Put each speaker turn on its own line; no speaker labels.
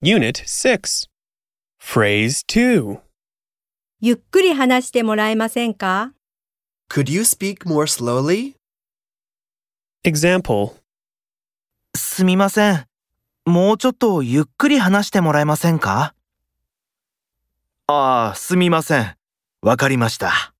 Unit 6. Phrase 2.
ゆっくり話してもらえませんか
Could you speak more slowly?
Example
すみません。もうちょっとゆっくり話してもらえませんかああ、すみません。わかりました。